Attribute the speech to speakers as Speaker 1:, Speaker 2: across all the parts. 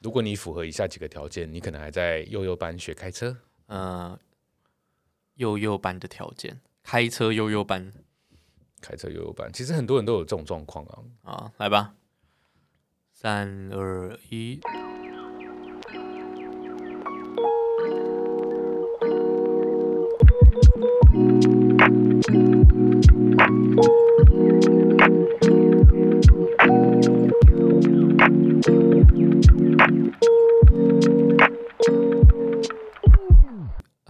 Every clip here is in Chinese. Speaker 1: 如果你符合以下几个条件，你可能还在幼幼班学开车。
Speaker 2: 呃，幼幼班的条件，开车幼幼班
Speaker 1: 开车幼幼班，其实很多人都有这种状况啊。
Speaker 2: 啊，来吧，三二一，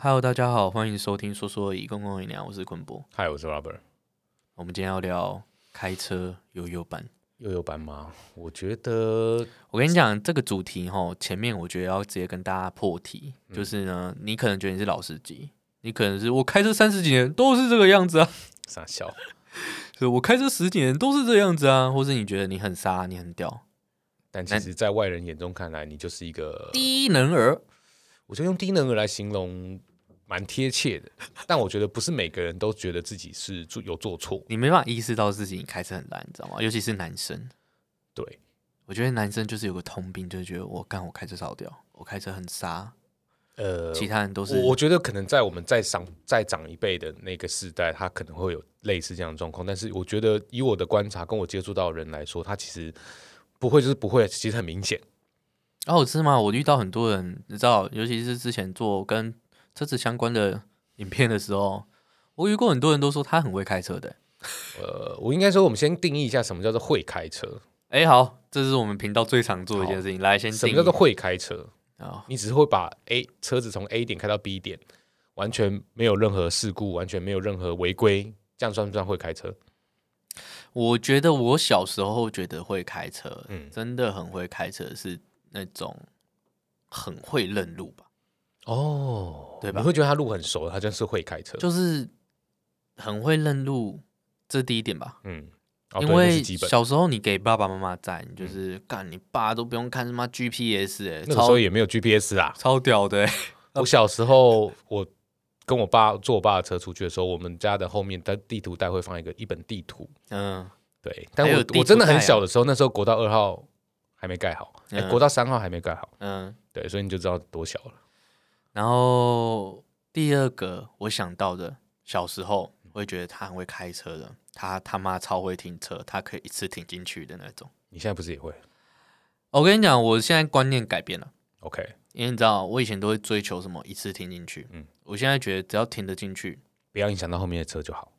Speaker 2: Hello，大家好，欢迎收听说说而已，公共一聊，我是坤博。
Speaker 1: 嗨，我是 Robert。
Speaker 2: 我们今天要聊开车悠悠班。
Speaker 1: 幼幼班吗？我觉得
Speaker 2: 我跟你讲这个主题哈，前面我觉得要直接跟大家破题，
Speaker 1: 嗯
Speaker 2: 就是呢，你可能觉得你是老司机，你可能是我开车三十几年都是这个样子啊，
Speaker 1: 傻笑。
Speaker 2: 是我开车十几年都是这样子啊，或是你觉得你很傻，你很屌，
Speaker 1: 但其实，在外人眼中看来，你就是一个，
Speaker 2: 低能儿。
Speaker 1: 我觉得用低能儿来形容蛮贴切的。但我觉得不是每个人都觉得自己是做有做错。
Speaker 2: 你没办法意识到自己开车很烂，你知道吗？尤其是男生，
Speaker 1: 对，
Speaker 2: 我觉得男生就是有个通病，就是觉得我干我开车超屌，我开车很傻，
Speaker 1: 呃，
Speaker 2: 其他人都是
Speaker 1: 我我觉得可能在我们再上再长一辈的那个世代，他可能会有类似这样的状况。但是我觉得以我的观察，跟我接触到的人来说，他其实不会，就是不会，其实很明显。
Speaker 2: 哦，是吗？我遇到很多人，你知道，尤其是之前做跟车子相关的影片的时候，我遇过很多人都说他很会开车的。
Speaker 1: 呃，我应该说，我们先定义一下什么叫做会开车，
Speaker 2: 哎，好，这是我们频道最常做的一件事情。来，先
Speaker 1: 什
Speaker 2: 定
Speaker 1: 么叫做
Speaker 2: 义
Speaker 1: 会开车？
Speaker 2: 啊、
Speaker 1: 你只是会把 A 车子从 A 点开到 B 点，完全没有任何事故，完全没有任何违规，这样算不算会开车？
Speaker 2: 我觉得我小时候觉得会开车，
Speaker 1: 嗯
Speaker 2: 真的很会开车，是那种很会认路吧，
Speaker 1: 哦，
Speaker 2: 对吧
Speaker 1: 你会觉得他路很熟，他真是会开车。
Speaker 2: 就是很会认路，这第一点吧。
Speaker 1: 嗯，哦
Speaker 2: 因
Speaker 1: 对那
Speaker 2: 为
Speaker 1: 是基本，嗯
Speaker 2: 小时候你给爸爸妈妈载，你就是干、你爸都不用看什么 GPS 哎、
Speaker 1: 那个时
Speaker 2: 超
Speaker 1: 候也没有 GPS 啦。
Speaker 2: 超屌的、欸，
Speaker 1: 我小时候，我跟我爸坐我爸的车出去的时候，我们家的后面的地图袋会放一个一本地图。
Speaker 2: 嗯，
Speaker 1: 对，但
Speaker 2: 还有
Speaker 1: 我
Speaker 2: 地图
Speaker 1: 我真的很
Speaker 2: 袋啊
Speaker 1: 小的时候，那时候国道二号还没盖好，哎、
Speaker 2: 嗯
Speaker 1: 国道三号还没盖好，
Speaker 2: 嗯，
Speaker 1: 对，所以你就知道多小了。
Speaker 2: 然后第二个我想到的，小时候会觉得他很会开车的，他他妈超会停车，他可以一次停进去的那种。
Speaker 1: 你现在不是也会
Speaker 2: 我跟你讲，我现在观念改变了，
Speaker 1: ？OK，
Speaker 2: 因为你知道，我以前都会追求什么一次停进去，
Speaker 1: 嗯
Speaker 2: 嗯，我现在觉得只要停得进去，
Speaker 1: 不要影响到后面的车就好。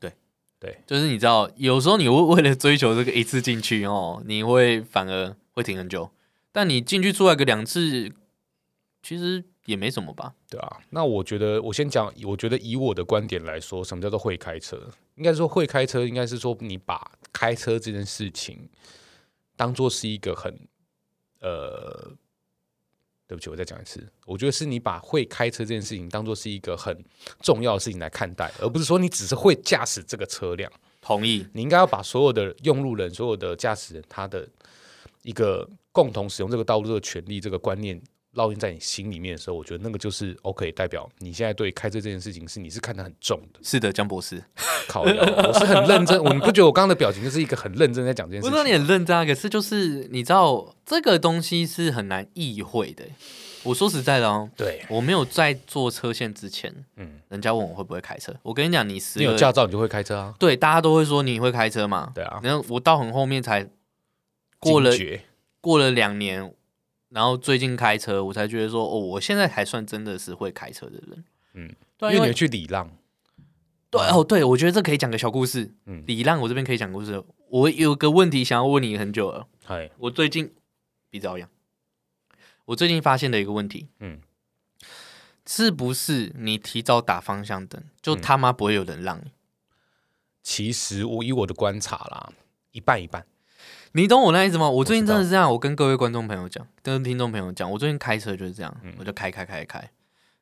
Speaker 2: 就是你知道，有时候你会为了追求这个一次进去哦，你会反而会停很久，但你进去出来个两次，其实也没什么吧。
Speaker 1: 对啊，那我觉得我先讲，我觉得以我的观点来说，什么叫做会开车？应该说会开车，应该是说你把开车这件事情当做是一个很呃，对不起，我再讲一次，我觉得是你把会开车这件事情当做是一个很重要的事情来看待，而不是说你只是会驾驶这个车辆。
Speaker 2: 同意，。
Speaker 1: 你应该要把所有的用路人、所有的驾驶人他的一个共同使用这个道路的权利这个观念烙印在你心里面的时候，我觉得那个就是 OK，代表你现在对开车这件事情是你是看得很重的
Speaker 2: 是的，江博士。
Speaker 1: 靠腰，我是很认真，我你不觉得我刚刚的表情就是一个很认真在讲这件
Speaker 2: 不
Speaker 1: 事
Speaker 2: 知道
Speaker 1: 情？
Speaker 2: 你很认真啊，可是就是你知道这个东西是很难意会的。我说实在的哦，
Speaker 1: 对，
Speaker 2: 我没有在坐车线之前，
Speaker 1: 嗯，
Speaker 2: 人家问我会不会开车，我跟你讲，你十
Speaker 1: 你有
Speaker 2: 个
Speaker 1: 驾照你就会开车啊，
Speaker 2: 对大家都会说你会开车嘛，
Speaker 1: 对啊，
Speaker 2: 然后我到很后面才过了
Speaker 1: 警觉
Speaker 2: 过了两年，然后最近开车，我才觉得说哦，我现在才算真的是会开车的人。
Speaker 1: 嗯，
Speaker 2: 对啊，
Speaker 1: 因
Speaker 2: 因
Speaker 1: 为你
Speaker 2: 为
Speaker 1: 去礼让，
Speaker 2: 对哦，对，我觉得这可以讲个小故事。
Speaker 1: 嗯
Speaker 2: 李浪，我这边可以讲故事。我有个问题想要问你很久了。
Speaker 1: 嗨，
Speaker 2: 我最近鼻子好痒。我最近发现的一个问题，
Speaker 1: 嗯，
Speaker 2: 是不是你提早打方向灯，就
Speaker 1: 嗯
Speaker 2: 他妈不会有人让你？
Speaker 1: 其实我以我的观察啦，一半一半，
Speaker 2: 你懂我那意思吗？我最近
Speaker 1: 知道
Speaker 2: 真的是这样，我跟各位观众朋友讲，跟听众朋友讲，我最近开车就是这样，
Speaker 1: 嗯
Speaker 2: 我就开开开开，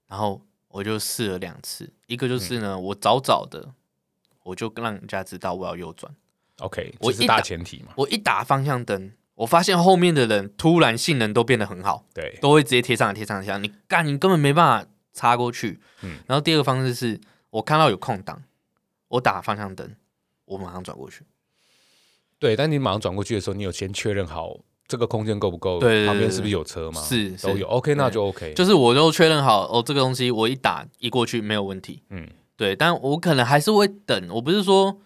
Speaker 2: 然后我就试了两次，一
Speaker 1: 嗯
Speaker 2: 个就是呢，我早早的我就让人家知道我要右转，
Speaker 1: OK，
Speaker 2: 我
Speaker 1: 这是
Speaker 2: 一打
Speaker 1: 大前提嘛，
Speaker 2: 我一打方向灯，我发现后面的人突然性能都变得很好，
Speaker 1: 对，
Speaker 2: 都会直接贴上来贴上来，你干你根本没办法插过去。
Speaker 1: 嗯
Speaker 2: 然后第二个方式是我看到有空档，我打方向灯，我马上转过去。
Speaker 1: 对，但你马上转过去的时候，你有先确认好这个空间够不够，
Speaker 2: 对对对
Speaker 1: 旁边是不是有车嘛？
Speaker 2: 是是
Speaker 1: 都有。OK，那
Speaker 2: 对
Speaker 1: 就 OK。
Speaker 2: 就是我都确认好哦，这个东西我一打一过去没有问题，
Speaker 1: 嗯，
Speaker 2: 对，但我可能还是会等，我不是说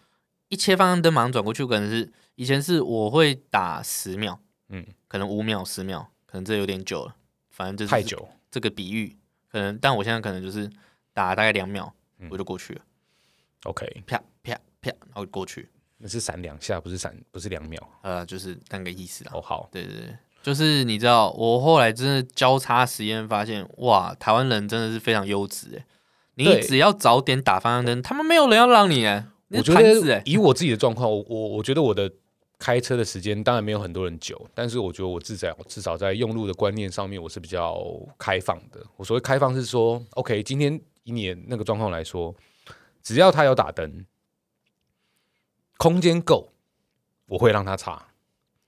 Speaker 2: 一切方向灯马上转过去，可能是以前是我会打十秒，
Speaker 1: 嗯，
Speaker 2: 可能五秒、十秒，可能这有点久了，反正就是
Speaker 1: 太久，
Speaker 2: 这个比喻，可能但我现在可能就是打大概两秒
Speaker 1: 嗯
Speaker 2: 我就过去了，
Speaker 1: OK，
Speaker 2: 啪啪啪，然后过去，
Speaker 1: 那是闪两下，不是闪，不是两秒。
Speaker 2: 呃，就是那个意思啦。
Speaker 1: 哦，好，
Speaker 2: 对对对，就是你知道，我后来真的交叉实验发现，哇，台湾人真的是非常优质哎，你
Speaker 1: 对
Speaker 2: 只要早点打方向灯，他们没有人要让你哎，你
Speaker 1: 我
Speaker 2: 是
Speaker 1: 觉
Speaker 2: 盘子
Speaker 1: 得
Speaker 2: 哎，
Speaker 1: 以我自己的状况，我我我觉得我的开车的时间当然没有很多人久，但是我觉得我至少至少在用路的观念上面，我是比较开放的。我所谓开放是说，OK，今天以你的那个状况来说，只要他有打灯，空间够，我会让他插。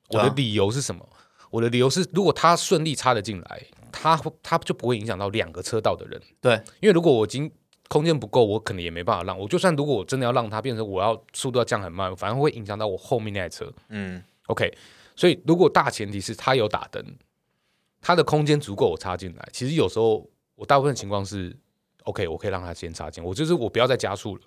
Speaker 2: 对
Speaker 1: 我
Speaker 2: 啊
Speaker 1: 的理由是什么？我的理由是，如果他顺利插得进来，他他就不会影响到两个车道的人。
Speaker 2: 对，
Speaker 1: 因为如果我已经空间不够，我可能也没办法让。我就算如果我真的要让它变成我要速度要降很慢，反而会影响到我后面那台车。
Speaker 2: 嗯，
Speaker 1: OK，所以如果大前提是它有打灯，它的空间足够我插进来。其实有时候我大部分情况是 OK，我可以让它先插进，我就是我不要再加速了，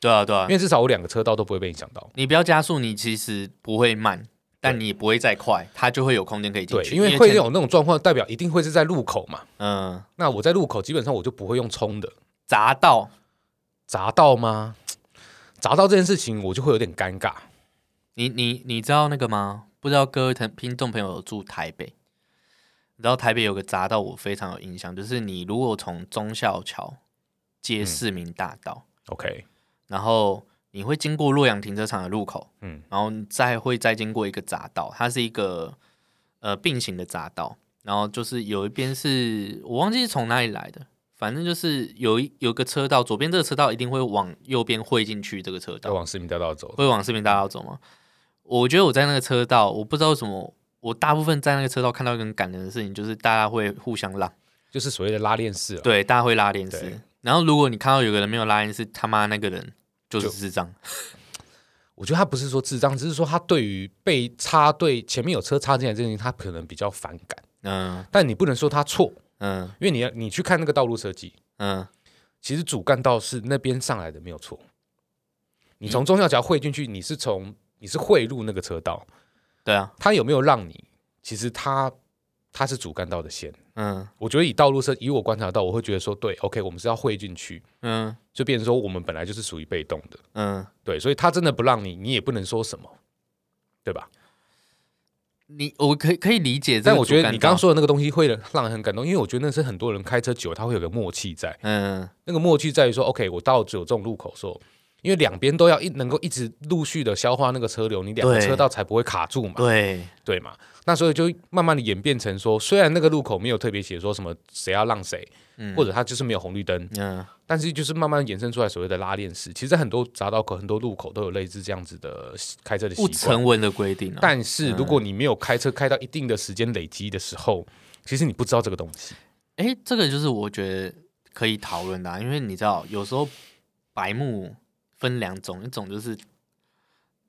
Speaker 2: 对啊对啊
Speaker 1: 因，为至少我两个车道都不会被影响到。
Speaker 2: 你不要加速，你其实不会慢，但你也不会再快，它就会有空间可以进
Speaker 1: 对，
Speaker 2: 去，
Speaker 1: 因为会
Speaker 2: 前
Speaker 1: 有那种状况，代表一定会是在路口嘛。
Speaker 2: 嗯
Speaker 1: 那我在路口基本上我就不会用冲的，
Speaker 2: 匝道，
Speaker 1: 砸到吗？砸到这件事情我就会有点尴尬。
Speaker 2: 你你你知道那个吗？不知道各位听听众朋友有住台北，你知道台北有个匝道我非常有印象，就是你如果从忠孝桥接市民大道，
Speaker 1: OK，
Speaker 2: 然后你会经过洛阳停车场的路口，
Speaker 1: 嗯
Speaker 2: 然后你再会再经过一个匝道，它是一个呃并行的匝道，然后就是有一边是我忘记是从哪里来的，反正就是有一有一个车道，左边这个车道一定会往右边汇进去这个车道
Speaker 1: 要，往市民大道走。
Speaker 2: 会往市民大道走吗？我觉得我在那个车道，我不知道为什么，我大部分在那个车道看到一个很感人的事情，就是大家会互相让，
Speaker 1: 就是所谓的拉链式啊。
Speaker 2: 对，大家会拉链
Speaker 1: 啊对
Speaker 2: 丝。然后如果你看到有个人没有拉链丝，他妈那个人就是
Speaker 1: 就
Speaker 2: 智障。
Speaker 1: 我觉得他不是说智障，只是说他对于被插队前面有车插进来这件事情，他可能比较反感。
Speaker 2: 嗯
Speaker 1: 但你不能说他错，
Speaker 2: 嗯
Speaker 1: 因为你要你去看那个道路设计，
Speaker 2: 嗯，
Speaker 1: 其实主干道是那边上来的没有错。你从中小桥汇进去，你是从你是汇入那个车道，
Speaker 2: 对啊，
Speaker 1: 他有没有让你？其实他他是主干道的线。
Speaker 2: 嗯
Speaker 1: 我觉得以道路设，以我观察到，我会觉得说，对，OK，我们是要汇进去，
Speaker 2: 嗯
Speaker 1: 就变成说我们本来就是属于被动的，
Speaker 2: 嗯，
Speaker 1: 对，所以他真的不让你，你也不能说什么，对吧？
Speaker 2: 你我可以可以理解这个
Speaker 1: 但我觉
Speaker 2: 主
Speaker 1: 得
Speaker 2: 干
Speaker 1: 你刚刚
Speaker 2: 道，
Speaker 1: 说的那个东西会让人很感动，因为我觉得那是很多人开车久了，他会有个默契在。
Speaker 2: 嗯
Speaker 1: 那个默契在于说，OK，我到只有这种路口的时候，因为两边都要一能够一直陆续的消化那个车流，你两个
Speaker 2: 对
Speaker 1: 车道才不会卡住嘛，
Speaker 2: 对，
Speaker 1: 对嘛？那所以就慢慢的演变成说，虽然那个路口没有特别写说什么谁要让谁，
Speaker 2: 嗯
Speaker 1: 或者他就是没有红绿灯，
Speaker 2: 嗯
Speaker 1: 但是就是慢慢衍生出来所谓的拉链式。其实很多匝道口、很多路口都有类似这样子的开车的习
Speaker 2: 不
Speaker 1: 惯。
Speaker 2: 成文的规定啊。
Speaker 1: 但是如果你没有开车开到一定的时间累积的时候，其实你不知道这个东西。
Speaker 2: 哎，这个就是我觉得可以讨论的、啊，因为你知道，有时候白目分两种，一种就是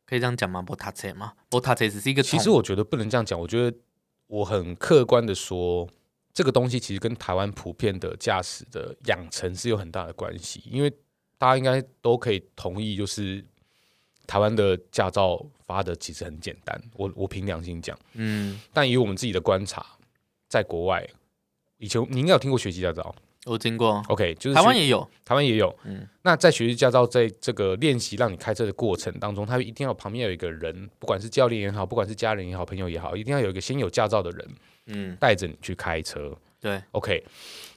Speaker 2: 可以这样讲吗？博塔车吗？博塔车只是一个
Speaker 1: 其实
Speaker 2: 统
Speaker 1: 我觉得不能这样讲，我觉得我很客观的说，这个东西其实跟台湾普遍的驾驶的养成是有很大的关系，因为大家应该都可以同意，就是台湾的驾照发的其实很简单。我我凭良心讲，
Speaker 2: 嗯，
Speaker 1: 但以我们自己的观察，在国外。以前你应该有听过学习驾照
Speaker 2: 我经过
Speaker 1: ，OK，就是哦
Speaker 2: 台湾
Speaker 1: 学
Speaker 2: 也有，
Speaker 1: 台湾也有，
Speaker 2: 嗯
Speaker 1: 那在学习驾照在这个练习让你开车的过程当中，他一定要旁边有一个人，不管是教练也好，不管是家人也好，朋友也好，一定要有一个先有驾照的人
Speaker 2: 嗯，
Speaker 1: 带着你去开车。
Speaker 2: 对，
Speaker 1: OK，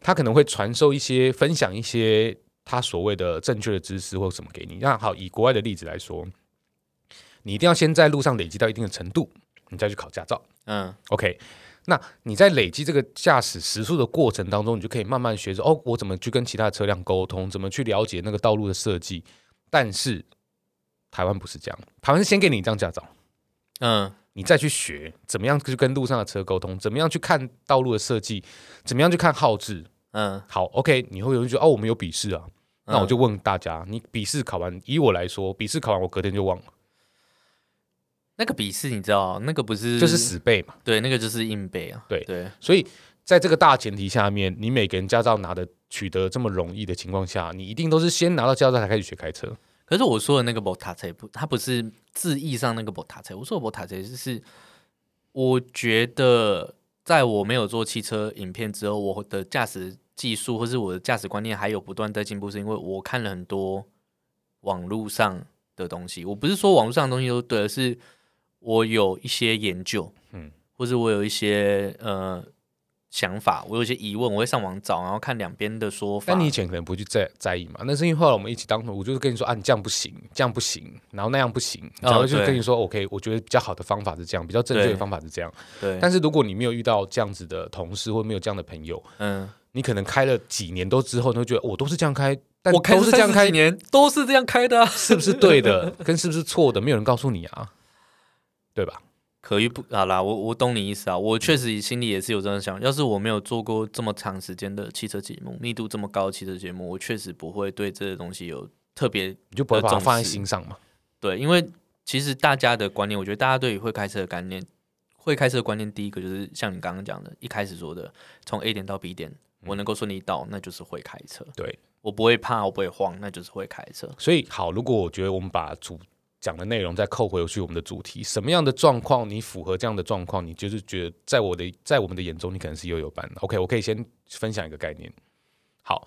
Speaker 1: 他可能会传授一些、分享一些他所谓的正确的知识或什么给你。那好，以国外的例子来说，你一定要先在路上累积到一定的程度，你再去考驾照。
Speaker 2: 嗯
Speaker 1: OK，那你在累积这个驾驶时速的过程当中，你就可以慢慢学着哦，我怎么去跟其他的车辆沟通，怎么去了解那个道路的设计。但是台湾不是这样，台湾是先给你一张驾照，
Speaker 2: 嗯，
Speaker 1: 你再去学怎么样去跟路上的车沟通，怎么样去看道路的设计，怎么样去看号志。
Speaker 2: 嗯，
Speaker 1: 好，OK，你会有人觉得哦，我们有笔试啊。那我
Speaker 2: 嗯
Speaker 1: 就问大家，你笔试考完，以我来说，笔试考完我隔天就忘了。
Speaker 2: 那个笔试你知道，那个不是
Speaker 1: 就是死背嘛。
Speaker 2: 对，那个就是硬背啊。
Speaker 1: 对
Speaker 2: 对
Speaker 1: 所以在这个大前提下面，你每个人驾照拿的取得这么容易的情况下，你一定都是先拿到驾照才开始学开车。
Speaker 2: 可是我说的那个 b o t a 不，它不是字义上那个 b o t a 我说的 b o t a 就是，我觉得在我没有做汽车影片之后，我的驾驶技术或是我的驾驶观念还有不断在进步，是因为我看了很多网络上的东西。我不是说网络上的东西都对，而是我有一些研究，
Speaker 1: 嗯
Speaker 2: 嗯，或是我有一些呃想法，我有一些疑问，我会上网找，然后看两边的说法。
Speaker 1: 但你以前可能不去在在意嘛，那是因为后来我们一起当同，我就是跟你说啊，你这样不行，这样不行，然后那样不行，
Speaker 2: 哦
Speaker 1: 然后就
Speaker 2: 对
Speaker 1: 跟你说、OK，我觉得比较好的方法是这样，比较正确的
Speaker 2: 对
Speaker 1: 方法是这样。
Speaker 2: 对，
Speaker 1: 但是如果你没有遇到这样子的同事或没有这样的朋友，
Speaker 2: 嗯。
Speaker 1: 你可能开了几年都之后，你会觉得我、哦都是这样开，但
Speaker 2: 我开
Speaker 1: 都是这样
Speaker 2: 30
Speaker 1: 开
Speaker 2: 几，年都是这样开的啊、
Speaker 1: 是不是 对的，跟是不是错的，没有人告诉你啊，对吧？
Speaker 2: 可遇不好啦，我我懂你意思啊，
Speaker 1: 嗯
Speaker 2: 我确实心里也是有这样想。要是我没有做过这么长时间的汽车节目，密度这么高的汽车节目，我确实不会对这个东西有特别
Speaker 1: 你就不会把它
Speaker 2: 重视
Speaker 1: 放在心上嘛。
Speaker 2: 对，因为其实大家的观念，我觉得大家对于会开车的概念，会开车的观念，第一个就是像你刚刚讲的，一开始说的，从 A 点到 B 点，
Speaker 1: 嗯
Speaker 2: 我能够顺利到，那就是会开车。
Speaker 1: 对，
Speaker 2: 我不会怕，我不会慌，那就是会开车。
Speaker 1: 所以好，如果我觉得我们把主讲的内容再扣回去我们的主题，什么样的状况你符合这样的状况，你就是觉得在我的在我们的眼中，你可能是悠悠班。OK，我可以先分享一个概念。好，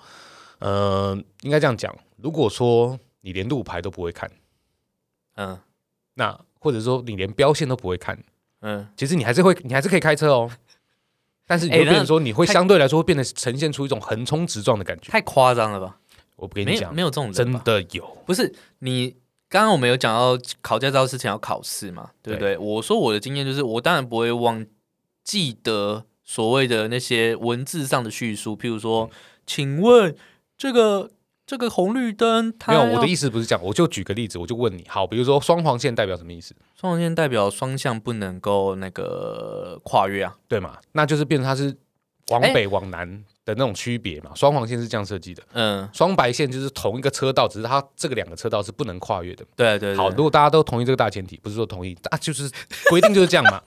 Speaker 1: 呃，应该这样讲，如果说你连路牌都不会看，
Speaker 2: 嗯
Speaker 1: 那或者说你连标线都不会看，
Speaker 2: 嗯，
Speaker 1: 其实你还是会，你还是可以开车哦。但是你会
Speaker 2: 哎那
Speaker 1: 变成说，你会
Speaker 2: 太
Speaker 1: 相对来说会变得呈现出一种横冲直撞的感觉。
Speaker 2: 太夸张了吧？
Speaker 1: 我不跟
Speaker 2: 没
Speaker 1: 你
Speaker 2: 有
Speaker 1: 讲
Speaker 2: 没，有这种人
Speaker 1: 真
Speaker 2: 吧
Speaker 1: 的有，
Speaker 2: 不是你刚刚我们有讲到考驾照之前要考试嘛，对不对？我说我的经验就是，我当然不会忘记得所谓的那些文字上的叙述，譬如说，请问这个这个红绿灯它
Speaker 1: 没有我的意
Speaker 2: 思，
Speaker 1: 思不是这样，我就举个例子，我就问你，好，比如说双黄线代表什么意思？
Speaker 2: 双黄线代表双向不能够那个跨越啊，
Speaker 1: 对嘛？那就是变成它是往
Speaker 2: 哎
Speaker 1: 北往南的那种区别嘛。双黄线是这样设计的，
Speaker 2: 嗯，
Speaker 1: 双白线就是同一个车道，只是它这个两个车道是不能跨越的。
Speaker 2: 对对对，
Speaker 1: 好，如果大家都同意这个大前提，不是说同意啊，就是规定就是这样 嘛。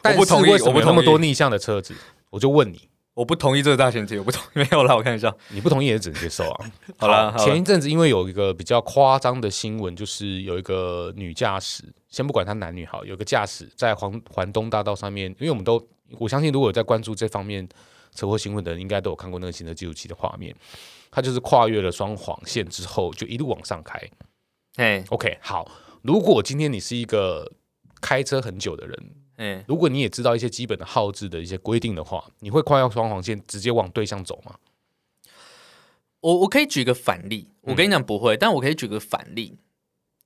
Speaker 1: 但是
Speaker 2: 我不同意
Speaker 1: 为什么
Speaker 2: 我不
Speaker 1: 有那么
Speaker 2: 同意
Speaker 1: 多逆向的车子？我就问你，
Speaker 2: 我不同意这个大前提，我不同意， 没有啦，我看一下，
Speaker 1: 你不同意也只能接受啊。
Speaker 2: 好啦好啦
Speaker 1: 前一阵子因为有一个比较夸张的新闻，就是有一个女驾驶，先不管她男女好，有个驾驶在环环东大道上面，因为我们都我相信，如果有在关注这方面车祸新闻的人，应该都有看过那个行车记录器的画面。呃他就是跨越了双黄线之后，就一路往上开。
Speaker 2: 哎
Speaker 1: OK，好，如果今天你是一个开车很久的人，
Speaker 2: 哎，
Speaker 1: 如果你也知道一些基本的号志的一些规定的话，你会跨越双黄线直接往对向走吗？
Speaker 2: 我我可以举个反例，我跟你讲不会，但我可以举个反例，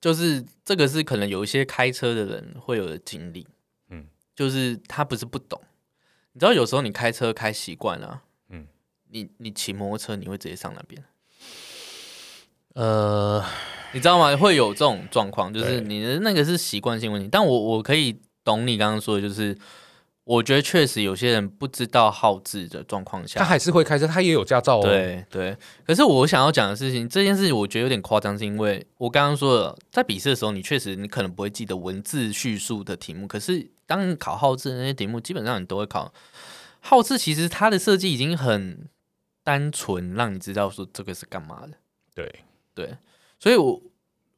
Speaker 2: 就是这个是可能有一些开车的人会有的经历，
Speaker 1: 嗯
Speaker 2: 嗯，就是他不是不懂，你知道有时候你开车开习惯了，
Speaker 1: 嗯
Speaker 2: 嗯，你你骑摩托车你会直接上那边，
Speaker 1: 呃，
Speaker 2: 你知道吗？会有这种状况，就是
Speaker 1: 对
Speaker 2: 你的那个是习惯性问题，但我我可以懂你刚刚说的，就是我觉得确实有些人不知道好字的状况下，
Speaker 1: 他还是会开车，他也有驾照哦。，
Speaker 2: 对对，可是我想要讲的事情，这件事情我觉得有点夸张，是因为我刚刚说了，在笔试的时候，你确实你可能不会记得文字叙述的题目，可是当你考号字那些题目，基本上你都会考。号字其实它的设计已经很单纯，让你知道说这个是干嘛的。
Speaker 1: 对，
Speaker 2: 对，所以我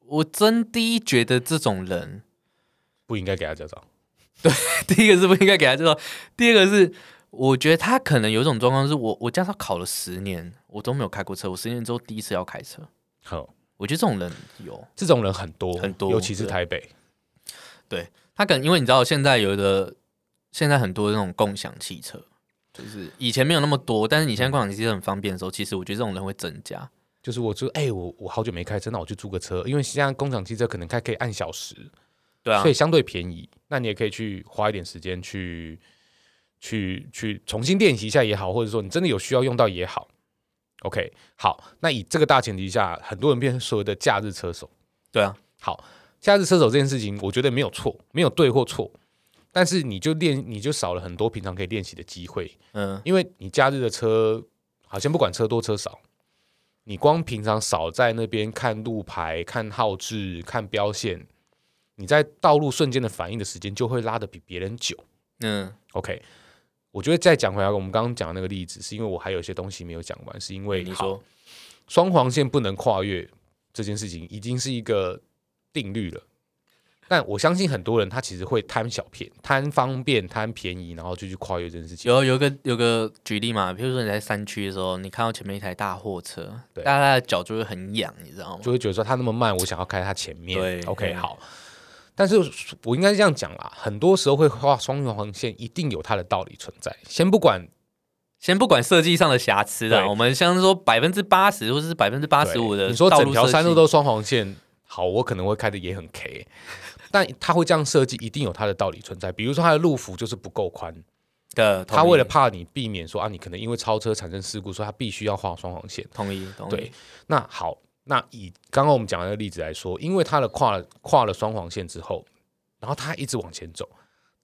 Speaker 2: 我真第一觉得这种人，
Speaker 1: 不应该给他驾照。
Speaker 2: 第一个是不应该给他这种，第二个是我觉得他可能有一种状况是我我驾照考了十年，我都没有开过车，我十年之后第一次要开车。
Speaker 1: 好，
Speaker 2: 我觉得这种人有，
Speaker 1: 这种人很多，
Speaker 2: 很多
Speaker 1: 尤其是
Speaker 2: 对
Speaker 1: 台北。
Speaker 2: 他可能因为你知道现在有的现在很多那种共享汽车，就是以前没有那么多，但是你现在共享汽车很方便的时候，其实我觉得这种人会增加。
Speaker 1: 就是我说，哎、我我好久没开车，那我去租个车，因为现在工厂汽车可能开可以按小时，
Speaker 2: 对啊
Speaker 1: 所以，相对便宜。那你也可以去花一点时间去去去重新练习一下也好，或者说你真的有需要用到也好。OK，好，那以这个大前提下，很多人变成所谓的假日车手。
Speaker 2: 对啊，
Speaker 1: 好，夏日车手这件事情，我觉得没有错，没有对或错，但是你就练，你就少了很多平常可以练习的机会，
Speaker 2: 嗯，
Speaker 1: 因为你假日的车好像不管车多车少，你光平常少在那边看路牌、看号志、看标线，你在道路瞬间的反应的时间就会拉得比别人久。
Speaker 2: 嗯
Speaker 1: OK，我觉得再讲回来，我们刚刚讲的那个例子，是因为我还有一些东西没有讲完，是因为
Speaker 2: 嗯你
Speaker 1: 好
Speaker 2: 说
Speaker 1: 双黄线不能跨越这件事情已经是一个定律了。但我相信很多人他其实会贪小便、贪方便、贪便宜，然后就去跨越这件事情。
Speaker 2: 有有个有个举例嘛，比如说你在山区的时候，你看到前面一台大货车，
Speaker 1: 对
Speaker 2: 大家的脚就会很痒，你知道吗？
Speaker 1: 就会觉得说他那么慢，我想要开他前面。
Speaker 2: 对
Speaker 1: o k
Speaker 2: 嗯
Speaker 1: 好。但是我应该这样讲啦，很多时候会画双黄线，一定有它的道理存在。先不管
Speaker 2: 先不管设计上的瑕疵啦，
Speaker 1: 对
Speaker 2: 我们像是说百分之八十或者是百分之八十五
Speaker 1: 对
Speaker 2: 的
Speaker 1: 你说
Speaker 2: 道
Speaker 1: 整
Speaker 2: 路
Speaker 1: 条
Speaker 2: 设
Speaker 1: 山路
Speaker 2: 计
Speaker 1: 都双黄线，好，我可能会开的也很 K，但他会这样设计，一定有他的道理存在。比如说他的路幅就是不够宽，
Speaker 2: 的，
Speaker 1: 他为了怕你避免说啊，你可能因为超车产生事故，所以他必须要画双黄线。
Speaker 2: 同意同意，
Speaker 1: 对，那好，那以刚刚我们讲的那个例子来说，因为他的跨了跨了双黄线之后，然后他一直往前走，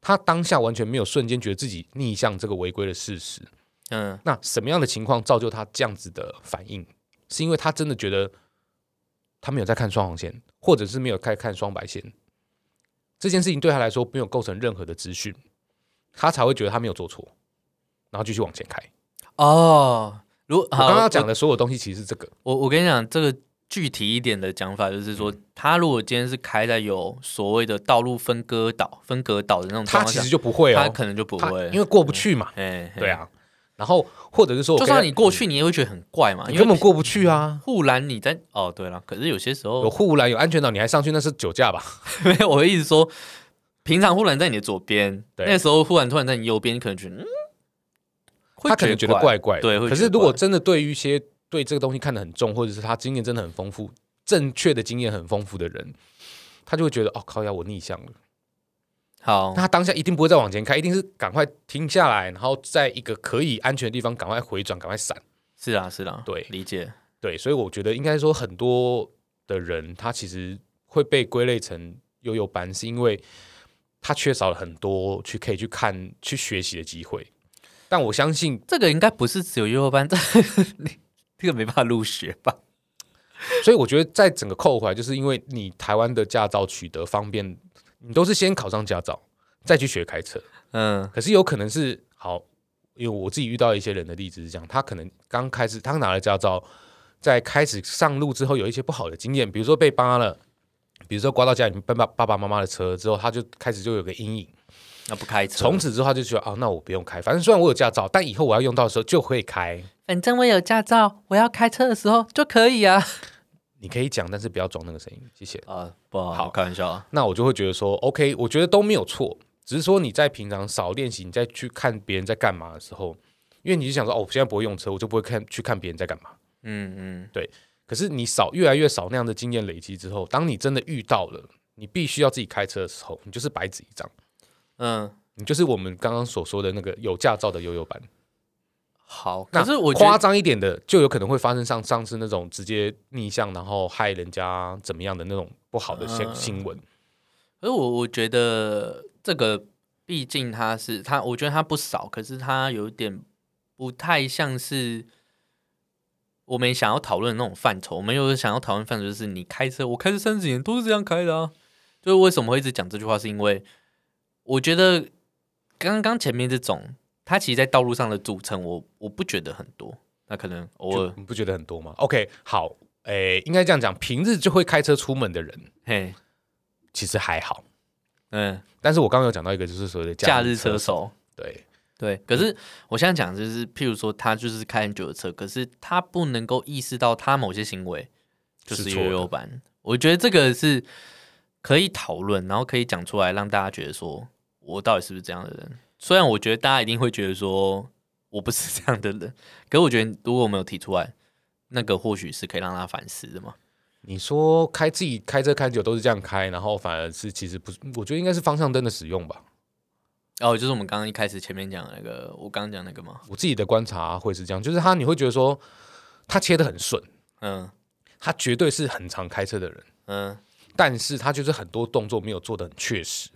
Speaker 1: 他当下完全没有瞬间觉得自己逆向这个违规的事实。
Speaker 2: 嗯，
Speaker 1: 那什么样的情况造就他这样子的反应？是因为他真的觉得他没有在看双黄线，或者是没有在看双白线，这件事情对他来说没有构成任何的资讯，他才会觉得他没有做错，然后继续往前开。
Speaker 2: 哦，如
Speaker 1: 我
Speaker 2: 好
Speaker 1: 刚刚
Speaker 2: 我
Speaker 1: 讲的所有东西其实是这个，
Speaker 2: 我我跟你讲，这个具体一点的讲法就是说，
Speaker 1: 嗯
Speaker 2: 他如果今天是开在有所谓的道路分割岛、分隔岛的那种
Speaker 1: 他
Speaker 2: 状
Speaker 1: 其
Speaker 2: 况
Speaker 1: 实
Speaker 2: 下，
Speaker 1: 就不会
Speaker 2: 他
Speaker 1: 哦，
Speaker 2: 可能就不
Speaker 1: 他
Speaker 2: 会，
Speaker 1: 因为过不去嘛，
Speaker 2: 哎，
Speaker 1: 对啊。然后或者是说
Speaker 2: 哎，
Speaker 1: 我
Speaker 2: 就
Speaker 1: 跟他，
Speaker 2: 算你过去，你也会觉得很怪嘛，
Speaker 1: 你
Speaker 2: 因
Speaker 1: 根
Speaker 2: 为
Speaker 1: 本过不去啊。
Speaker 2: 护栏你在哦，对了，可是有些时
Speaker 1: 有
Speaker 2: 候
Speaker 1: 护栏有安全岛，你还上去那是酒驾吧？
Speaker 2: 没 有，我会一直说，平常护栏在你的左边，
Speaker 1: 对
Speaker 2: 那时候护栏突然在你右边，你可能觉得嗯，会
Speaker 1: 他可能觉得怪怪的，
Speaker 2: 对会
Speaker 1: 可
Speaker 2: 觉
Speaker 1: 是
Speaker 2: 得
Speaker 1: 如果
Speaker 2: 怪
Speaker 1: 真的对于一些对这个东西看得很重，或者是他经验真的很丰富，正确的经验很丰富的人，他就会觉得哦，靠呀，我逆向了。
Speaker 2: 好
Speaker 1: 那，他当下一定不会再往前开，一定是赶快停下来，然后在一个可以安全的地方赶快回转，赶快闪。
Speaker 2: 是啊是啊，
Speaker 1: 对
Speaker 2: 理解，
Speaker 1: 对，所以我觉得应该说很多的人，他其实会被归类成悠悠班，是因为他缺少了很多去可以去看、去学习的机会。但我相信
Speaker 2: 这个应该不是只有幼幼班，这 这个没办法入学吧？
Speaker 1: 所以我觉得在整个扣回来，就是因为你台湾的驾照取得方便，你都是先考上驾照，再去学开车。
Speaker 2: 嗯，
Speaker 1: 可是有可能是好，因为我自己遇到一些人的例子是这样，他可能刚开始他拿了驾照，在开始上路之后有一些不好的经验，比如说被扒了，比如说刮到家里面爸爸爸妈妈的车之后，他就开始就有个阴影。
Speaker 2: 那不开车，
Speaker 1: 从此之后他就觉得啊，那我不用开，反正虽然我有驾照，但以后我要用到的时候就会开。
Speaker 2: 反正我有驾照，我要开车的时候就可以啊。
Speaker 1: 你可以讲，但是不要装那个声音，谢谢。
Speaker 2: 啊，不好，
Speaker 1: 好
Speaker 2: 开玩笑啊。
Speaker 1: 那我就会觉得说，OK，我觉得都没有错，只是说你在平常少练习，你再去看别人在干嘛的时候，因为你就想说，哦，我现在不会用车，我就不会看去看别人在干嘛。
Speaker 2: 嗯嗯，
Speaker 1: 可是你少越来越少那样的经验累积之后，当你真的遇到了你必须要自己开车的时候，你就是白纸一张，
Speaker 2: 嗯，
Speaker 1: 你就是我们刚刚所说的那个有驾照的悠悠班。
Speaker 2: 好。
Speaker 1: 那
Speaker 2: 可是我觉
Speaker 1: 夸
Speaker 2: 得，
Speaker 1: 张一点的，就有可能会发生像上次那种直接逆向，然后害人家怎么样的那种不好的新
Speaker 2: 嗯
Speaker 1: 新闻。
Speaker 2: 可是我我觉得这个，毕竟它是它，我觉得它不少，可是它有点不太像是我们想要讨论的那种范畴。我们有想要讨论范畴，就是你开车，我开车三十年都是这样开的啊。就是为什么会一直讲这句话，是因为我觉得刚刚前面这种，它其实在道路上的组成，我我不觉得很多。那可能偶
Speaker 1: 就
Speaker 2: 尔，
Speaker 1: 你不觉得很多吗？OK，好，诶、应该这样讲，平日就会开车出门的人
Speaker 2: 嘿，
Speaker 1: 其实还好，
Speaker 2: 嗯，
Speaker 1: 但是我刚刚有讲到一个，就是所谓的
Speaker 2: 假
Speaker 1: 日
Speaker 2: 日车
Speaker 1: 车，
Speaker 2: 手，
Speaker 1: 对，
Speaker 2: 对。可是我现在讲的就是，譬如说他就是开很久的车，可是他不能够意识到他某些行为就是是
Speaker 1: 错
Speaker 2: 悠
Speaker 1: 的
Speaker 2: 悠版。我觉得这个是可以讨论，然后可以讲出来，让大家觉得说我到底是不是这样的人。虽然我觉得大家一定会觉得说我不是这样的人，可是我觉得如果我没有提出来，那个或许是可以让他反思的嘛。
Speaker 1: 你说开自己开车开久都是这样开，然后反而是其实不是，我觉得应该是方向灯的使用吧。
Speaker 2: 哦，就是我们刚刚一开始前面讲的那个，我刚刚讲那个嘛，
Speaker 1: 我自己的观察会是这样，就是他你会觉得说他切的很顺，
Speaker 2: 嗯
Speaker 1: 他绝对是很常开车的人，
Speaker 2: 嗯，
Speaker 1: 但是他就是很多动作没有做的很确实，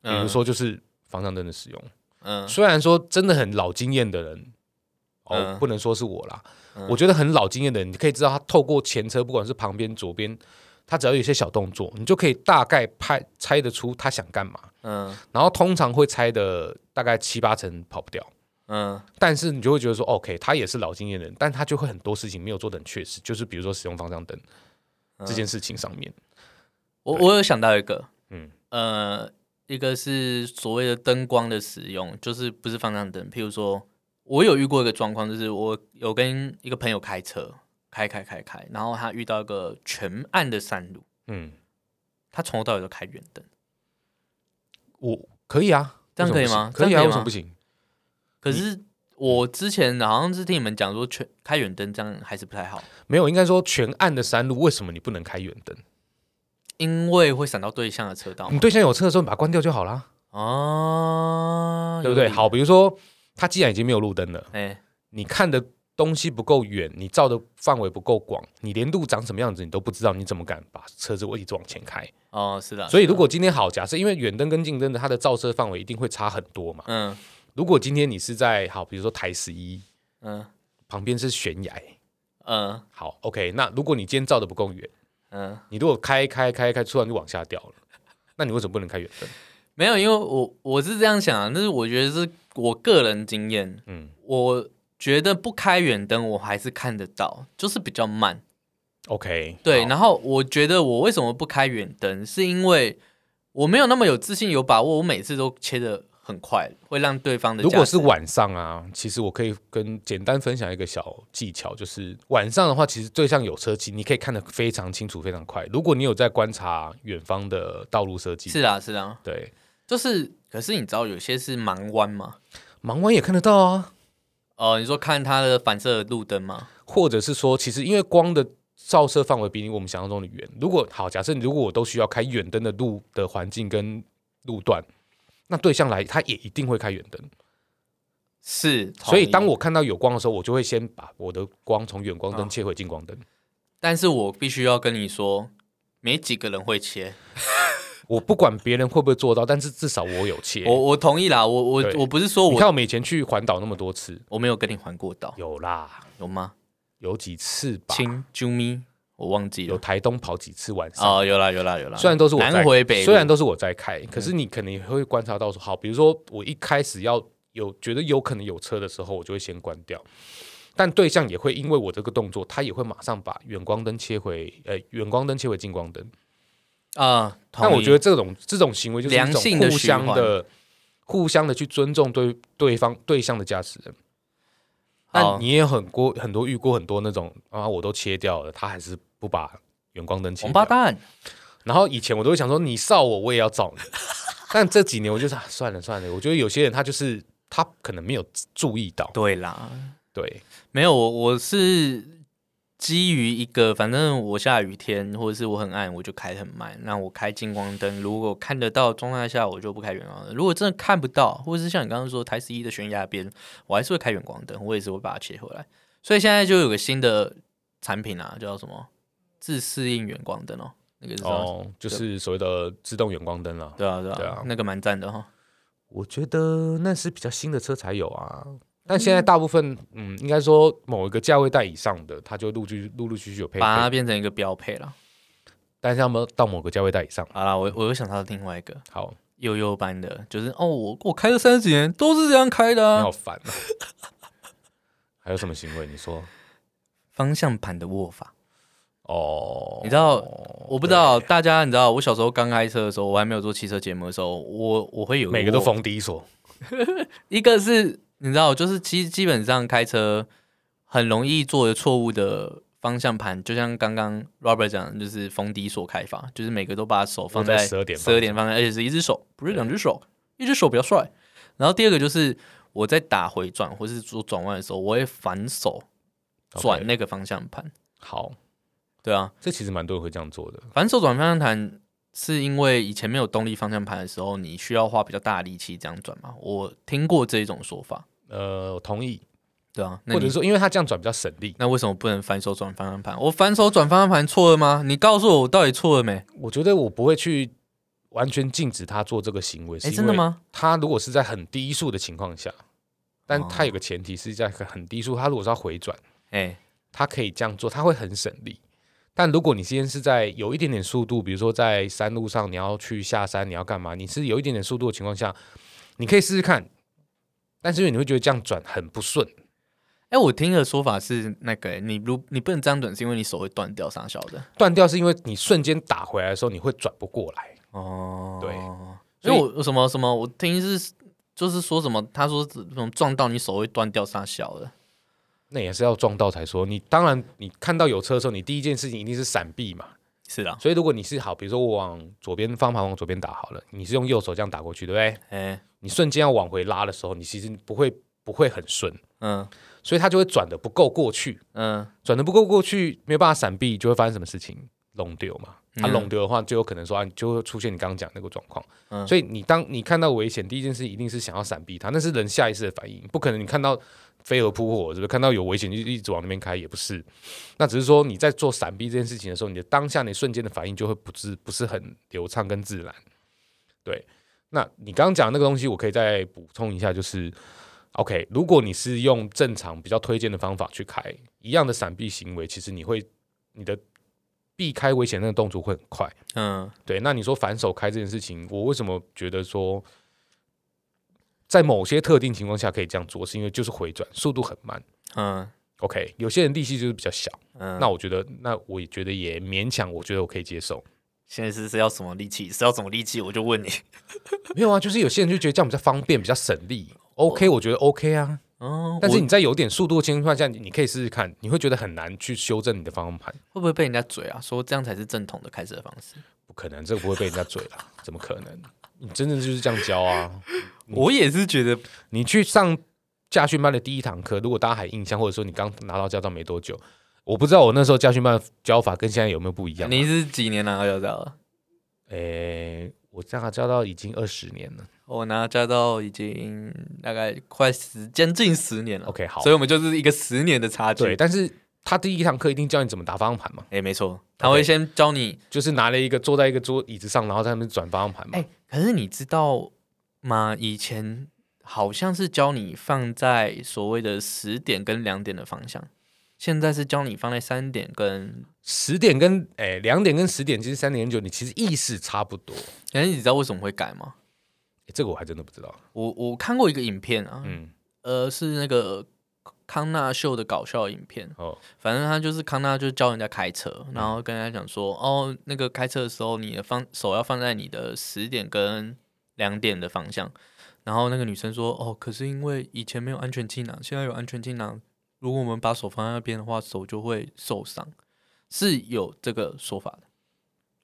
Speaker 1: 比
Speaker 2: 嗯
Speaker 1: 如，说就是方向灯的使用。
Speaker 2: 嗯
Speaker 1: 虽然说真的很老经验的人，哦，
Speaker 2: 嗯
Speaker 1: 不能说是我啦，
Speaker 2: 嗯
Speaker 1: 我觉得很老经验的人，你可以知道他透过前车，不管是旁边、左边，他只要有一些小动作，你就可以大概拍猜得出他想干嘛。
Speaker 2: 嗯
Speaker 1: 然后通常会猜的大概七八成跑不掉，
Speaker 2: 嗯
Speaker 1: 但是你就会觉得说，OK，他也是老经验的人，但他就会很多事情没有做的很确实，就是比如说使用方向灯
Speaker 2: 嗯
Speaker 1: 这件事情上面，
Speaker 2: 我我有想到一个，
Speaker 1: 嗯
Speaker 2: 呃，一个是所谓的灯光的使用，就是不是方向灯，譬如说，我有遇过一个状况，就是我有跟一个朋友开车，开开开开，然后他遇到一个全暗的山路，
Speaker 1: 嗯，
Speaker 2: 他从头到尾都开远灯，
Speaker 1: 我可以啊，
Speaker 2: 这样
Speaker 1: 为
Speaker 2: 可以
Speaker 1: 什么
Speaker 2: 吗
Speaker 1: 不行可以
Speaker 2: 这样
Speaker 1: 啊，
Speaker 2: 可以
Speaker 1: 为什么
Speaker 2: 吗
Speaker 1: 不行？
Speaker 2: 可是。我之前好像是听你们讲说全，开远灯这样还是不太好，
Speaker 1: 没有，应该说全暗的山路，为什么你不能开远灯？
Speaker 2: 因为会闪到对向的车道嘛。
Speaker 1: 你对象有车的时候，你把它关掉就好啦，
Speaker 2: 哦，
Speaker 1: 对不对？
Speaker 2: 有理
Speaker 1: 好，，比如说他既然已经没有路灯了，
Speaker 2: 哎、
Speaker 1: 你看的东西不够远，你照的范围不够广，你连路长什么样子你都不知道，你怎么敢把车子一直往前开？
Speaker 2: 哦，是的。
Speaker 1: 啊所以
Speaker 2: 是的
Speaker 1: 如果今天好，假设因为远灯跟近灯的它的照射范围一定会差很多嘛。
Speaker 2: 嗯
Speaker 1: 如果今天你是在好，比如说台十一
Speaker 2: 嗯
Speaker 1: 旁边是悬崖，
Speaker 2: 嗯
Speaker 1: 好，OK，那如果你今天照的不够远，
Speaker 2: 嗯，
Speaker 1: 你如果开开开开，突然就往下掉了，那你为什么不能开远灯？
Speaker 2: 没有，因为我我是这样想啊，但是我觉得是我个人经验，
Speaker 1: 嗯
Speaker 2: 我觉得不开远灯我还是看得到，就是比较慢。
Speaker 1: ，OK，
Speaker 2: 对，
Speaker 1: 好
Speaker 2: 然后我觉得我为什么不开远灯，是因为我没有那么有自信、有把握，我每次都切的很快，会让对方的
Speaker 1: 如果
Speaker 2: 驾
Speaker 1: 是
Speaker 2: 驶
Speaker 1: 晚上啊，其实我可以跟简单分享一个小技巧，就是晚上的话，其实对象有车机，你可以看得非常清楚、非常快。如果你有在观察远方的道路设计，
Speaker 2: 是啊是啊，
Speaker 1: 对，
Speaker 2: 就是可是你知道有些是盲弯嘛，
Speaker 1: 盲弯也看得到啊，
Speaker 2: 哦，你说看它的反射的路灯嘛，
Speaker 1: 或者是说，其实因为光的照射范围比我们想象中的远。如果好，假设如果我都需要开远灯的路的环境跟路段，那对象来他也一定会开远灯。
Speaker 2: 是，
Speaker 1: 所以
Speaker 2: 同意
Speaker 1: 当我看到有光的时候，我就会先把我的光从远光灯切回近光灯。
Speaker 2: 但是我必须要跟你说，没几个人会切。
Speaker 1: 我不管别人会不会做到，但是至少我有切。
Speaker 2: 我我同意啦，我我
Speaker 1: 对
Speaker 2: 我不是说
Speaker 1: 你
Speaker 2: 我
Speaker 1: 看我们以前去环岛那么多次，
Speaker 2: 我没有跟你还过岛，
Speaker 1: 有啦，
Speaker 2: 有吗？
Speaker 1: 有几次吧，
Speaker 2: 亲啾咪，我忘记
Speaker 1: 有
Speaker 2: 了。
Speaker 1: 台东跑几次晚上。
Speaker 2: 哦，有啦有啦有啦。
Speaker 1: 虽然都是我在
Speaker 2: 南回北路，嗯
Speaker 1: 虽然都是我在开，可是你可能也会观察到说，好，比如说我一开始要有觉得有可能有车的时候，我就会先关掉。但对象也会因为我这个动作，他也会马上把远光灯切回，呃，远光灯切回近光灯。
Speaker 2: 啊，
Speaker 1: 但我觉得
Speaker 2: 得
Speaker 1: 这种这种行为就是一
Speaker 2: 良
Speaker 1: 种
Speaker 2: 性
Speaker 1: 互
Speaker 2: 的循
Speaker 1: 相的、互相的去尊重对对方对象的驾驶人。
Speaker 2: 好
Speaker 1: 但你也很过很多遇过很多那种啊，我都切掉了，他还是不把远光灯切
Speaker 2: 王八
Speaker 1: 掉。
Speaker 2: 蛋，
Speaker 1: 然后以前我都会想说，你照我，我也要照你。 但这几年我就是、啊、算了算了，我觉得有些人他就是他可能没有注意到，
Speaker 2: 对啦，
Speaker 1: 对，
Speaker 2: 没有我我是基于一个，反正我下雨天或者是我很暗，我就开很慢。那我开近光灯，如果看得到状态下，我就不开远光灯。如果真的看不到，或者是像你刚刚说台十一的悬崖边，我还是会开远光灯，我也是会把它切回来。所以现在就有个新的产品啊，叫什么自适应远光灯哦，那个是什么？
Speaker 1: 哦，就是所谓的自动远光灯了。
Speaker 2: 对啊，对啊，
Speaker 1: 对啊
Speaker 2: 那个蛮赞的哈、
Speaker 1: 我觉得那是比较新的车才有啊。但现在大部分，嗯，应该说某一个价位带以上的，它就陆续陆陆续续有配备，
Speaker 2: 把它变成一个标配了。
Speaker 1: 但是他们到某个价位带以上，
Speaker 2: 好啦，我我又想到另外一个
Speaker 1: 好，
Speaker 2: 悠悠班的，就是哦，我我开了三十年都是这样开的、
Speaker 1: 你
Speaker 2: 啊
Speaker 1: 好，烦、啊。 还有什么行为？你说
Speaker 2: 方向盘的握法，
Speaker 1: 哦，
Speaker 2: 你知道？我不知道大家，你知道我小时候刚开车的时候，我还没有做汽车节目的时候，我我会有
Speaker 1: 每个都
Speaker 2: 握
Speaker 1: 逢低说，
Speaker 2: 一个是你知道，就是基基本上开车很容易做的错误的方向盘，就像刚刚 Robert 讲的，就是逢低锁开法，就是每个都把手放
Speaker 1: 我
Speaker 2: 在
Speaker 1: 在12点
Speaker 2: 十二点方向，而且是一只手，不是两只手，一只手比较帅。然后第二个就是我在打回转或是做转弯的时候，我会反手
Speaker 1: OK
Speaker 2: 转那个方向盘。
Speaker 1: 好，
Speaker 2: 对啊，
Speaker 1: 这其实蛮多人会这样做的。
Speaker 2: 反手转方向盘是因为以前没有动力方向盘的时候，你需要花比较大的力气这样转嘛。我听过这一种说法。
Speaker 1: 呃，我同意，
Speaker 2: 对啊，那
Speaker 1: 或
Speaker 2: 你
Speaker 1: 者说，因为他这样转比较省力。
Speaker 2: 那为什么不能反手转方向盘？我反手转方向盘错了吗？你告诉我我到底错了没？
Speaker 1: 我觉得我不会去完全禁止他做这个行为，是
Speaker 2: 哎，
Speaker 1: 因为
Speaker 2: 真的吗？
Speaker 1: 他如果是在很低速的情况下，但
Speaker 2: 哦
Speaker 1: 他有个前提是在很低速，他如果是要回转，
Speaker 2: 哎，
Speaker 1: 他可以这样做，他会很省力。但如果你今天是在有一点点速度，比如说在山路上你要去下山，你要干嘛？你是有一点点速度的情况下，你可以试试看，但是因为你会觉得这样转很不顺，
Speaker 2: 哎、我听的说法是那个、欸，你如你不能这样转，是因为你手会断掉，啥小的。
Speaker 1: 断掉是因为你瞬间打回来的时候你会转不过来。
Speaker 2: 哦，
Speaker 1: 对，
Speaker 2: 因为我有什么什么，我听是就是说什么，他说什么撞到你手会断掉，啥小的。
Speaker 1: 那也是要撞到才说。你当然，你看到有车的时候，你第一件事情一定是闪避嘛。
Speaker 2: 是啦，
Speaker 1: 所以如果你是好，比如说我往左边方盘往左边打好了，你是用右手这样打过去，对不对？
Speaker 2: 哎、
Speaker 1: 你瞬间要往回拉的时候，你其实不会不会很顺，
Speaker 2: 嗯
Speaker 1: 所以它就会转的不够过去，
Speaker 2: 嗯，
Speaker 1: 转的不够过去，没有办法闪避，就会发生什么事情？弄丢嘛。它、
Speaker 2: 嗯
Speaker 1: 弄丢的话，就有可能说啊，你就会出现你刚刚讲那个状况。
Speaker 2: 嗯
Speaker 1: 所以你当你看到危险，第一件事一定是想要闪避它，那是人下意识的反应，不可能你看到飞蛾扑火，是不是？看到有危险就一直往那边开，也不是。那只是说你在做闪避这件事情的时候，你的当下你瞬间的反应就会不是不是很流畅跟自然。对，那你刚刚讲的那个东西，我可以再补充一下，就是。OK，如果你是用正常比较推荐的方法去开一样的闪避行为，其实你会你的避开危险那个动作会很快。
Speaker 2: 嗯，
Speaker 1: 对，那你说反手开这件事情，我为什么觉得说，在某些特定情况下可以这样做，是因为就是回转速度很慢。
Speaker 2: 嗯，
Speaker 1: OK，有些人力气就是比较小，
Speaker 2: 嗯，
Speaker 1: 那我觉得，那我也觉得也勉强，我觉得我可以接受。
Speaker 2: 现在是是要什么力气？是要什么力气？我就问你。
Speaker 1: 没有啊，就是有些人就觉得这样比较方便，比较省力。OK，我觉得 OK 啊，
Speaker 2: 哦，
Speaker 1: 但是
Speaker 2: 我
Speaker 1: 你在有点速度的情况下，你你可以试试看，你会觉得很难去修正你的方向盘。
Speaker 2: 会不会被人家嘴啊？说这样才是正统的开车的方式？
Speaker 1: 不可能，这个不会被人家嘴啦，怎么可能？你真的就是这样教啊？
Speaker 2: 我也是觉得，
Speaker 1: 你去上驾训班的第一堂课，如果大家还有印象，或者说你刚拿到驾照没多久，我不知道我那时候驾训班的教法跟现在有没有不一样啊。
Speaker 2: 你是几年拿到驾照了？
Speaker 1: 诶、我这样教到已经二十年了。
Speaker 2: 哦我拿到驾照已经大概快十，将近哦十年了。
Speaker 1: OK，好哦
Speaker 2: 所，以我们就是一个十年的差距。
Speaker 1: 对，但是他第一堂课一定教你怎么打方向盘嘛，
Speaker 2: 哎、没错，他会先教你。
Speaker 1: 就是拿了一个坐在一个桌椅子上，然后在那边转方向盘嘛。
Speaker 2: 哎、可是你知道吗？以前好像是教你放在所谓的十点跟两点的方向，现在是教你放在三点跟……
Speaker 1: 十、点跟诶两、点跟十点，其实三点跟九点其实意识差不多、
Speaker 2: 可哎是你知道为什么会改吗？
Speaker 1: 诶这个我还真的不知道。
Speaker 2: 我我看过一个影片啊，
Speaker 1: 嗯，
Speaker 2: 呃，是那个康纳秀的搞笑影片，
Speaker 1: 哦，嗯
Speaker 2: 反正他就是康纳就教人家开车，然后跟人家讲说，哦，那个开车的时候，你的方手要放在你的十点跟两点的方向。然后那个女生说，哦，可是因为以前没有安全气囊，现在有安全气囊，如果我们把手放在那边的话，手就会受伤，是有这个说法的。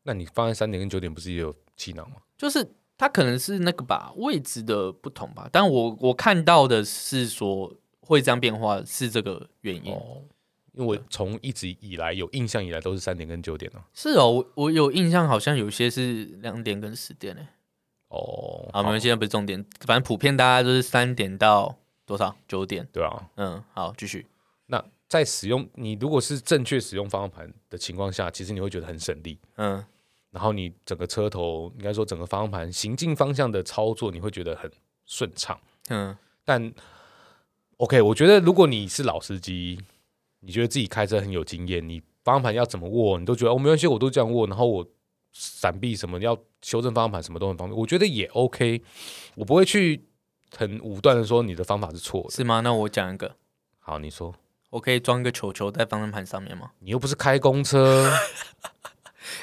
Speaker 1: 那你放在三点跟九点不是也有气囊吗？
Speaker 2: 就是它可能是那个吧位置的不同吧，但我我看到的是说会这样变化是这个原因。
Speaker 1: 哦，因为我从一直以来有印象以来都是三点跟九点哦、
Speaker 2: 是哦，我我有印象，好像有些是两点跟十点呢。
Speaker 1: 哦，
Speaker 2: 好，我们现在不是重点，反正普遍大家都是三点到多少九点。
Speaker 1: 对啊。
Speaker 2: 嗯，好，继续。
Speaker 1: 那在使用你如果是正确使用方向盘的情况下，其实你会觉得很省力，
Speaker 2: 嗯，
Speaker 1: 然后你整个车头应该说整个方向盘行进方向的操作，你会觉得很顺畅。
Speaker 2: 嗯，
Speaker 1: 但 OK，我觉得如果你是老司机，你觉得自己开车很有经验，你方向盘要怎么握，你都觉得哦没关系，我都这样握，然后我闪避什么要修正方向盘什么都很方便，我觉得也 OK，我不会去很武断的说你的方法是错的。
Speaker 2: 是吗？那我讲一个，
Speaker 1: 好，你说
Speaker 2: 我可以装一个球球在方向盘上面吗？
Speaker 1: 你又不是开公车，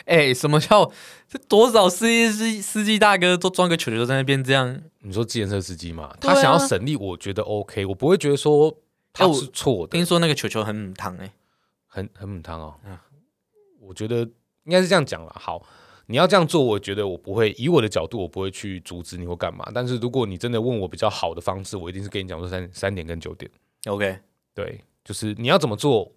Speaker 2: 哎、什么叫这多少司机司司机大哥都装个球球在那边这样？
Speaker 1: 你说自行车司机嘛，
Speaker 2: 对啊
Speaker 1: 他想要省力，我觉得 OK，我不会觉得说
Speaker 2: 哎
Speaker 1: 他
Speaker 2: 我
Speaker 1: 是错的，
Speaker 2: 听说那个球球很母汤哎、
Speaker 1: 很很母汤哦
Speaker 2: 嗯。
Speaker 1: 我觉得应该是这样讲了。好，你要这样做，我觉得我不会以我的角度，我不会去阻止你或干嘛。但是如果你真的问我比较好的方式，我一定是跟你讲说三三点跟九点，
Speaker 2: OK，
Speaker 1: 对，就是你要怎么做，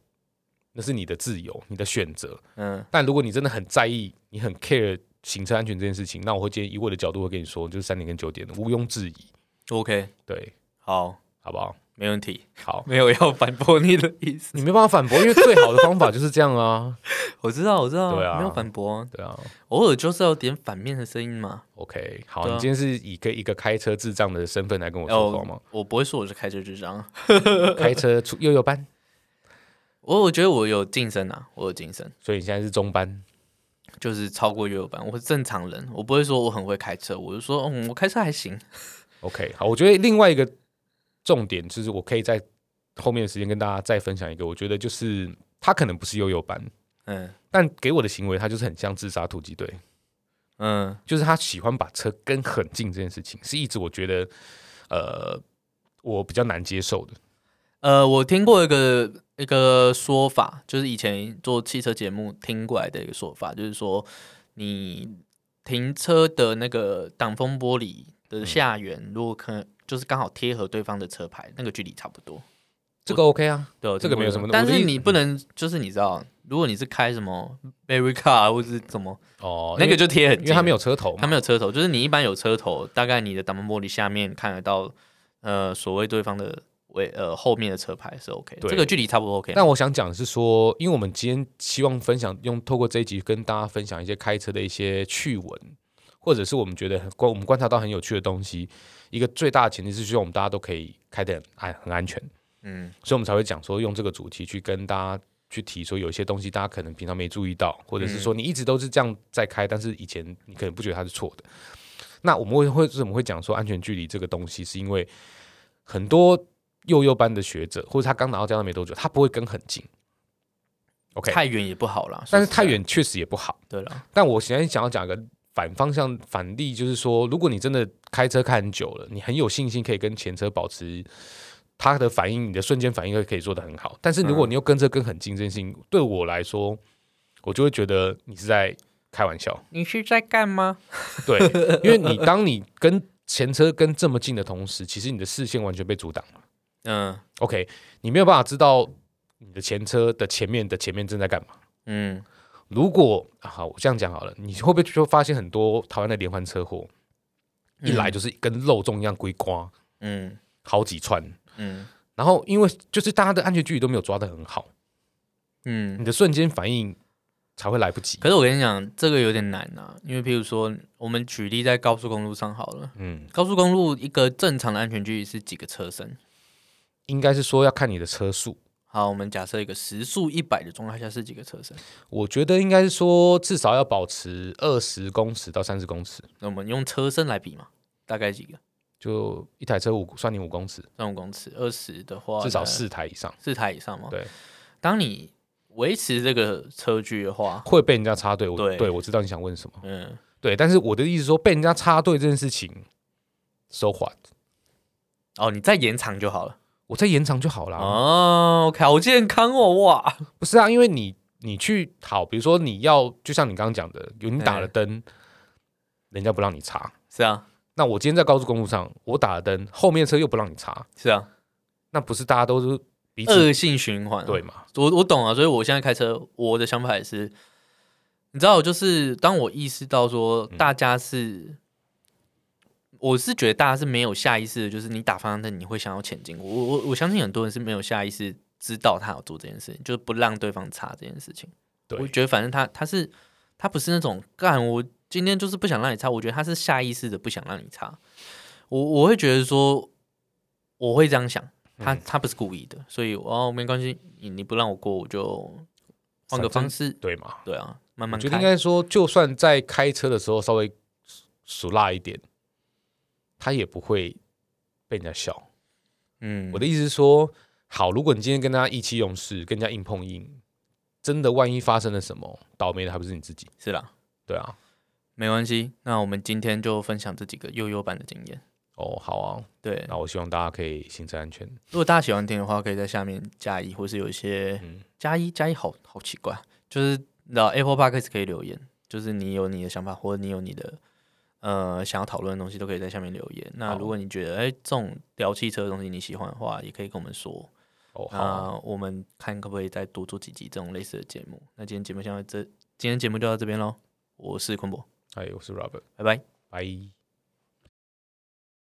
Speaker 1: 那是你的自由，你的选择。
Speaker 2: 嗯
Speaker 1: 但如果你真的很在意，你很 care 行车安全这件事情，那我会建议以我的角度会跟你说，就是三点跟九点，毋庸置疑，
Speaker 2: ，OK，
Speaker 1: 对，
Speaker 2: 好，
Speaker 1: 好不好？
Speaker 2: 没问题，
Speaker 1: 好，
Speaker 2: 没有要反驳你的意思。
Speaker 1: 你没办法反驳，因为最好的方法就是这样啊，
Speaker 2: 我知道，我知道，
Speaker 1: 对啊
Speaker 2: 没有反驳，
Speaker 1: 对啊。
Speaker 2: 偶尔就是要有点反面的声音嘛。
Speaker 1: OK，好，
Speaker 2: 对啊哦
Speaker 1: 你今天是以个一个开车智障的身份来跟我说话吗
Speaker 2: 啊哦？，我不会说我是开车智障，
Speaker 1: 开车出悠悠班，
Speaker 2: 我我觉得我有晋升啊，我有晋升，
Speaker 1: 所以你现在是中班，
Speaker 2: 就是超过幼儿班。我是正常人，我不会说我很会开车，我就说嗯，我开车还行。
Speaker 1: OK，好，我觉得另外一个重点就是，我可以在后面的时间跟大家再分享一个，我觉得就是他可能不是悠悠班，
Speaker 2: 嗯
Speaker 1: 但给我的行为他就是很像自杀突击队，
Speaker 2: 嗯
Speaker 1: 就是他喜欢把车跟很近这件事情，是一直我觉得呃我比较难接受的。
Speaker 2: 呃，我听过一个一个说法，就是以前做汽车节目听过来的一个说法，就是说你停车的那个挡风玻璃的下缘，如果可能就是刚好贴合对方的车牌，那个距离差不多。
Speaker 1: 这个 OK 啊，
Speaker 2: 对，我
Speaker 1: 这
Speaker 2: 听
Speaker 1: 个
Speaker 2: 过
Speaker 1: 没有什么
Speaker 2: 但
Speaker 1: 我的意
Speaker 2: 是
Speaker 1: 思
Speaker 2: 你不能，就是你知道，如果你是开什么 Berry Car 或是什么，
Speaker 1: 哦，
Speaker 2: 那
Speaker 1: 因
Speaker 2: 个
Speaker 1: 为
Speaker 2: 就贴很近，
Speaker 1: 因为他没有车头
Speaker 2: 他
Speaker 1: 嘛，
Speaker 2: 没有车头，就是你一般有车头，大概你的挡风玻璃下面看得到，呃，所谓对方的尾呃后面的车牌是 OK，
Speaker 1: 对
Speaker 2: 这个距离差不多 OK。
Speaker 1: 但我想讲的是说，因为我们今天希望分享，用透过这一集跟大家分享一些开车的一些趣闻，或者是我们觉得很观我们观察到很有趣的东西。一个最大的前提是希望我们大家都可以开得很安很安全，
Speaker 2: 嗯
Speaker 1: 所以我们才会讲说用这个主题去跟大家去提说，有一些东西大家可能平常没注意到，或者是说你一直都是这样在开，但是以前你可能不觉得它是错的。那我们会会怎么会讲说安全距离这个东西，是因为很多幼幼班的学者，或者他刚拿到驾照没多久，他不会跟很近。OK，
Speaker 2: 太啊远也不好啦，
Speaker 1: 但
Speaker 2: 说
Speaker 1: 是
Speaker 2: 实在
Speaker 1: 太。远确实也不好。
Speaker 2: 对了，
Speaker 1: 但我现在想要讲一个反方向、反例，就是说，如果你真的开车开很久了，你很有信心可以跟前车保持它的反应，你的瞬间反应可以做得很好。但是如果你又跟这跟很近，这件事情、对我来说，我就会觉得你是在开玩笑。
Speaker 2: 你是在干吗？
Speaker 1: 对，因为你当你跟前车跟这么近的同时，其实你的视线完全被阻挡了。
Speaker 2: 嗯
Speaker 1: OK，你没有办法知道你的前车的前面的前面正在干嘛。
Speaker 2: 嗯
Speaker 1: 如果啊好，我这样讲好了，你会不会就发现很多台湾的连环车祸，
Speaker 2: 嗯
Speaker 1: 一来就是跟肉粽一样龟瓜
Speaker 2: 嗯
Speaker 1: 好几串，
Speaker 2: 嗯
Speaker 1: 然后因为就是大家的安全距离都没有抓得很好，你
Speaker 2: 嗯。
Speaker 1: 的瞬间反应才会来不及。
Speaker 2: 可是我跟你讲，这个有点难啊，因为譬如说，我们举例在高速公路上好了，
Speaker 1: 嗯，
Speaker 2: 高速公路一个正常的安全距离是几个车身？
Speaker 1: 应该是说要看你的车速，
Speaker 2: 好，我们假设一个时速一百的状态下是几个车身？
Speaker 1: 我觉得应该是说至少要保持二十公尺到三十公尺，
Speaker 2: 那我们用车身来比嘛，大概几个？
Speaker 1: 就一台车五算你五公尺，
Speaker 2: 三五公尺，二十的话
Speaker 1: 至少
Speaker 2: 呢
Speaker 1: 四台以上
Speaker 2: 四台以上嘛。
Speaker 1: 对，
Speaker 2: 当你维持这个车距的话，
Speaker 1: 会被人家插队。我
Speaker 2: 对
Speaker 1: 对我知道你想问什么，
Speaker 2: 嗯，
Speaker 1: 对，但是我的意思是说被人家插队这件事情，so what？
Speaker 2: 哦，你再延长就好了。
Speaker 1: 我再延长就好啦。
Speaker 2: 哦，OK，好健康哦，哇，
Speaker 1: 不是啊，因为你你去好，比如说你要，就像你刚刚讲的，有你打了灯，
Speaker 2: 哎
Speaker 1: 人家不让你查。
Speaker 2: 是啊，
Speaker 1: 那我今天在高速公路上，我打了灯，后面的车又不让你查，
Speaker 2: 是啊，
Speaker 1: 那不是大家都是彼此、
Speaker 2: 恶啊性循环、
Speaker 1: 对，嘛？
Speaker 2: 我我懂啊，所以我现在开车，我的想法也是，你知道，就是当我意识到说
Speaker 1: 嗯
Speaker 2: 大家是。我是觉得大家是没有下意识的，就是你打方向灯，你会想要前进。我我我相信很多人是没有下意识知道他有做这件事情，就是不让对方查这件事情。
Speaker 1: 对
Speaker 2: 我觉得反正他他是他不是那种干，我今天就是不想让你擦，我觉得他是下意识的不想让你擦。我我会觉得说，我会这样想，
Speaker 1: 嗯
Speaker 2: 他他不是故意的，所以哦没关系，你你不让我过，我就换个
Speaker 1: 反正
Speaker 2: 方式，
Speaker 1: 对嘛？
Speaker 2: 对啊，慢
Speaker 1: 我
Speaker 2: 慢
Speaker 1: 觉得应
Speaker 2: 开。
Speaker 1: 该说，就算在开车的时候稍微数辣一点，他也不会被人家笑。
Speaker 2: 嗯，
Speaker 1: 我的意思是说，好，如果你今天跟他意气用事，跟人家硬碰硬，真的万一发生了什么，倒霉的还不是你自己？
Speaker 2: 是啦，
Speaker 1: 对啊，
Speaker 2: 没关系。那我们今天就分享这几个悠悠版的经验。
Speaker 1: 哦，好啊，
Speaker 2: 对，
Speaker 1: 那我希望大家可以行车安全。
Speaker 2: 如果大家喜欢听的话，可以在下面加一，或是有一些
Speaker 1: 嗯
Speaker 2: 加一加一好好奇怪，就是那 Apple Podcast 可以留言，就是你有你的想法，或者你有你的呃想要讨论的东西，都可以在下面留言。那
Speaker 1: 好
Speaker 2: 如果你觉得哎、这种聊汽车的东西你喜欢的话，也可以跟我们说。
Speaker 1: 哦，好啊、
Speaker 2: 那我们看可不可以再多做几集这种类似的节目。那今天节目先到这，今天节目就到这边喽。我是坤博，
Speaker 1: 哎，我是 Robert，
Speaker 2: 拜拜。
Speaker 1: 拜。